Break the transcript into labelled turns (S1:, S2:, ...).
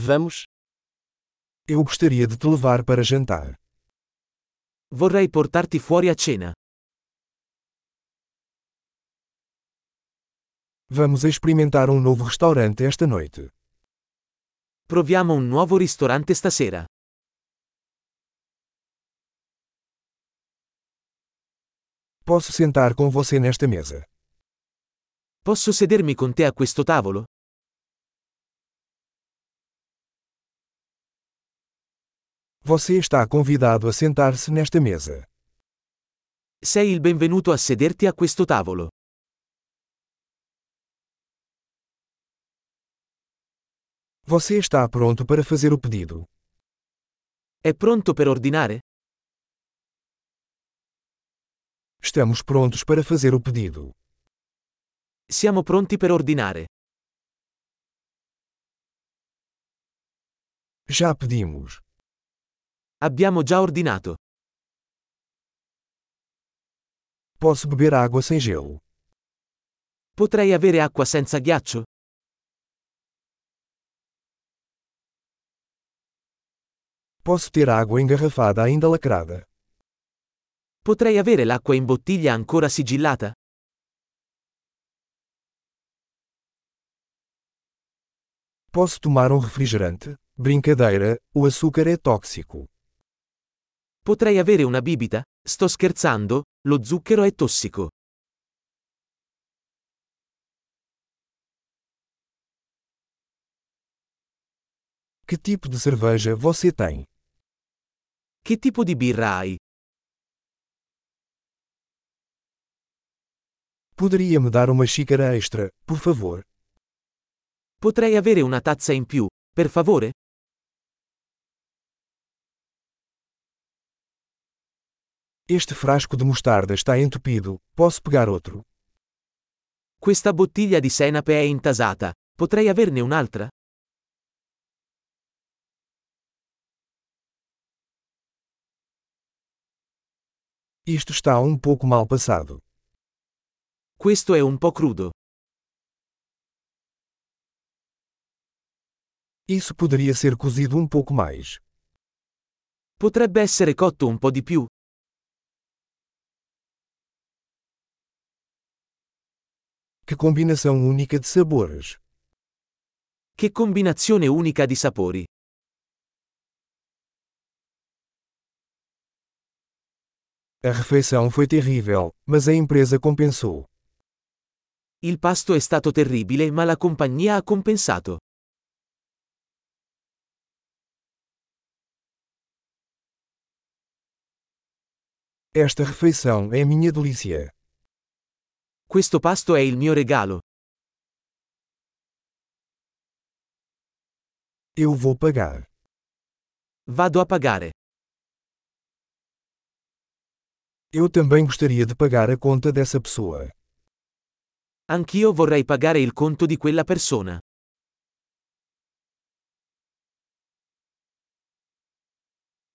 S1: Vamos.
S2: Eu gostaria de te levar para jantar.
S1: Vorrei portarti fuori a cena.
S2: Vamos experimentar um novo restaurante esta noite.
S1: Proviamo un nuovo ristorante stasera.
S2: Posso sentar com você nesta mesa.
S1: Posso sedermi con te a questo tavolo?
S2: Você está convidado a sentar-se nesta mesa.
S1: Sei il benvenuto a sederti a questo tavolo.
S2: Você está pronto para fazer o pedido.
S1: È pronto per ordinare?
S2: Estamos prontos para fazer o pedido.
S1: Siamo pronti per ordinare.
S2: Já pedimos.
S1: Abbiamo già ordinato.
S2: Posso beber água sem gelo.
S1: Potrei avere acqua senza ghiaccio?
S2: Posso ter água engarrafada ainda lacrada.
S1: Potrei avere l'acqua in bottiglia ancora sigillata?
S2: Posso tomar um refrigerante? Brincadeira, o açúcar é tóxico.
S1: Potrei avere una bibita? Sto scherzando, lo zucchero è tossico.
S2: Que tipo de cerveja você tem?
S1: Che tipo di birra hai?
S2: Poderia me dar uma xícara extra, por favor?
S1: Potrei avere una tazza in più, per favore?
S2: Este frasco de mostarda está entupido, posso pegar outro?
S1: Questa bottiglia di senape è intasata. Potrei averne un'altra?
S2: Isto está um pouco mal passado.
S1: Questo è un po' crudo.
S2: Isso poderia ser cozido um pouco mais.
S1: Potrebbe essere cotto un po' di più.
S2: Que combinação única de sabores.
S1: Che combinazione unica di sapori.
S2: A refeição foi terrível, mas a empresa compensou.
S1: Il pasto è stato terribile ma la compagnia ha compensato.
S2: Esta refeição é minha delícia.
S1: Questo pasto è il mio regalo.
S2: Eu vou pagar.
S1: Vado a pagare.
S2: Eu também gostaria de pagar a conta dessa pessoa.
S1: Anch'io vorrei pagare il conto di quella persona.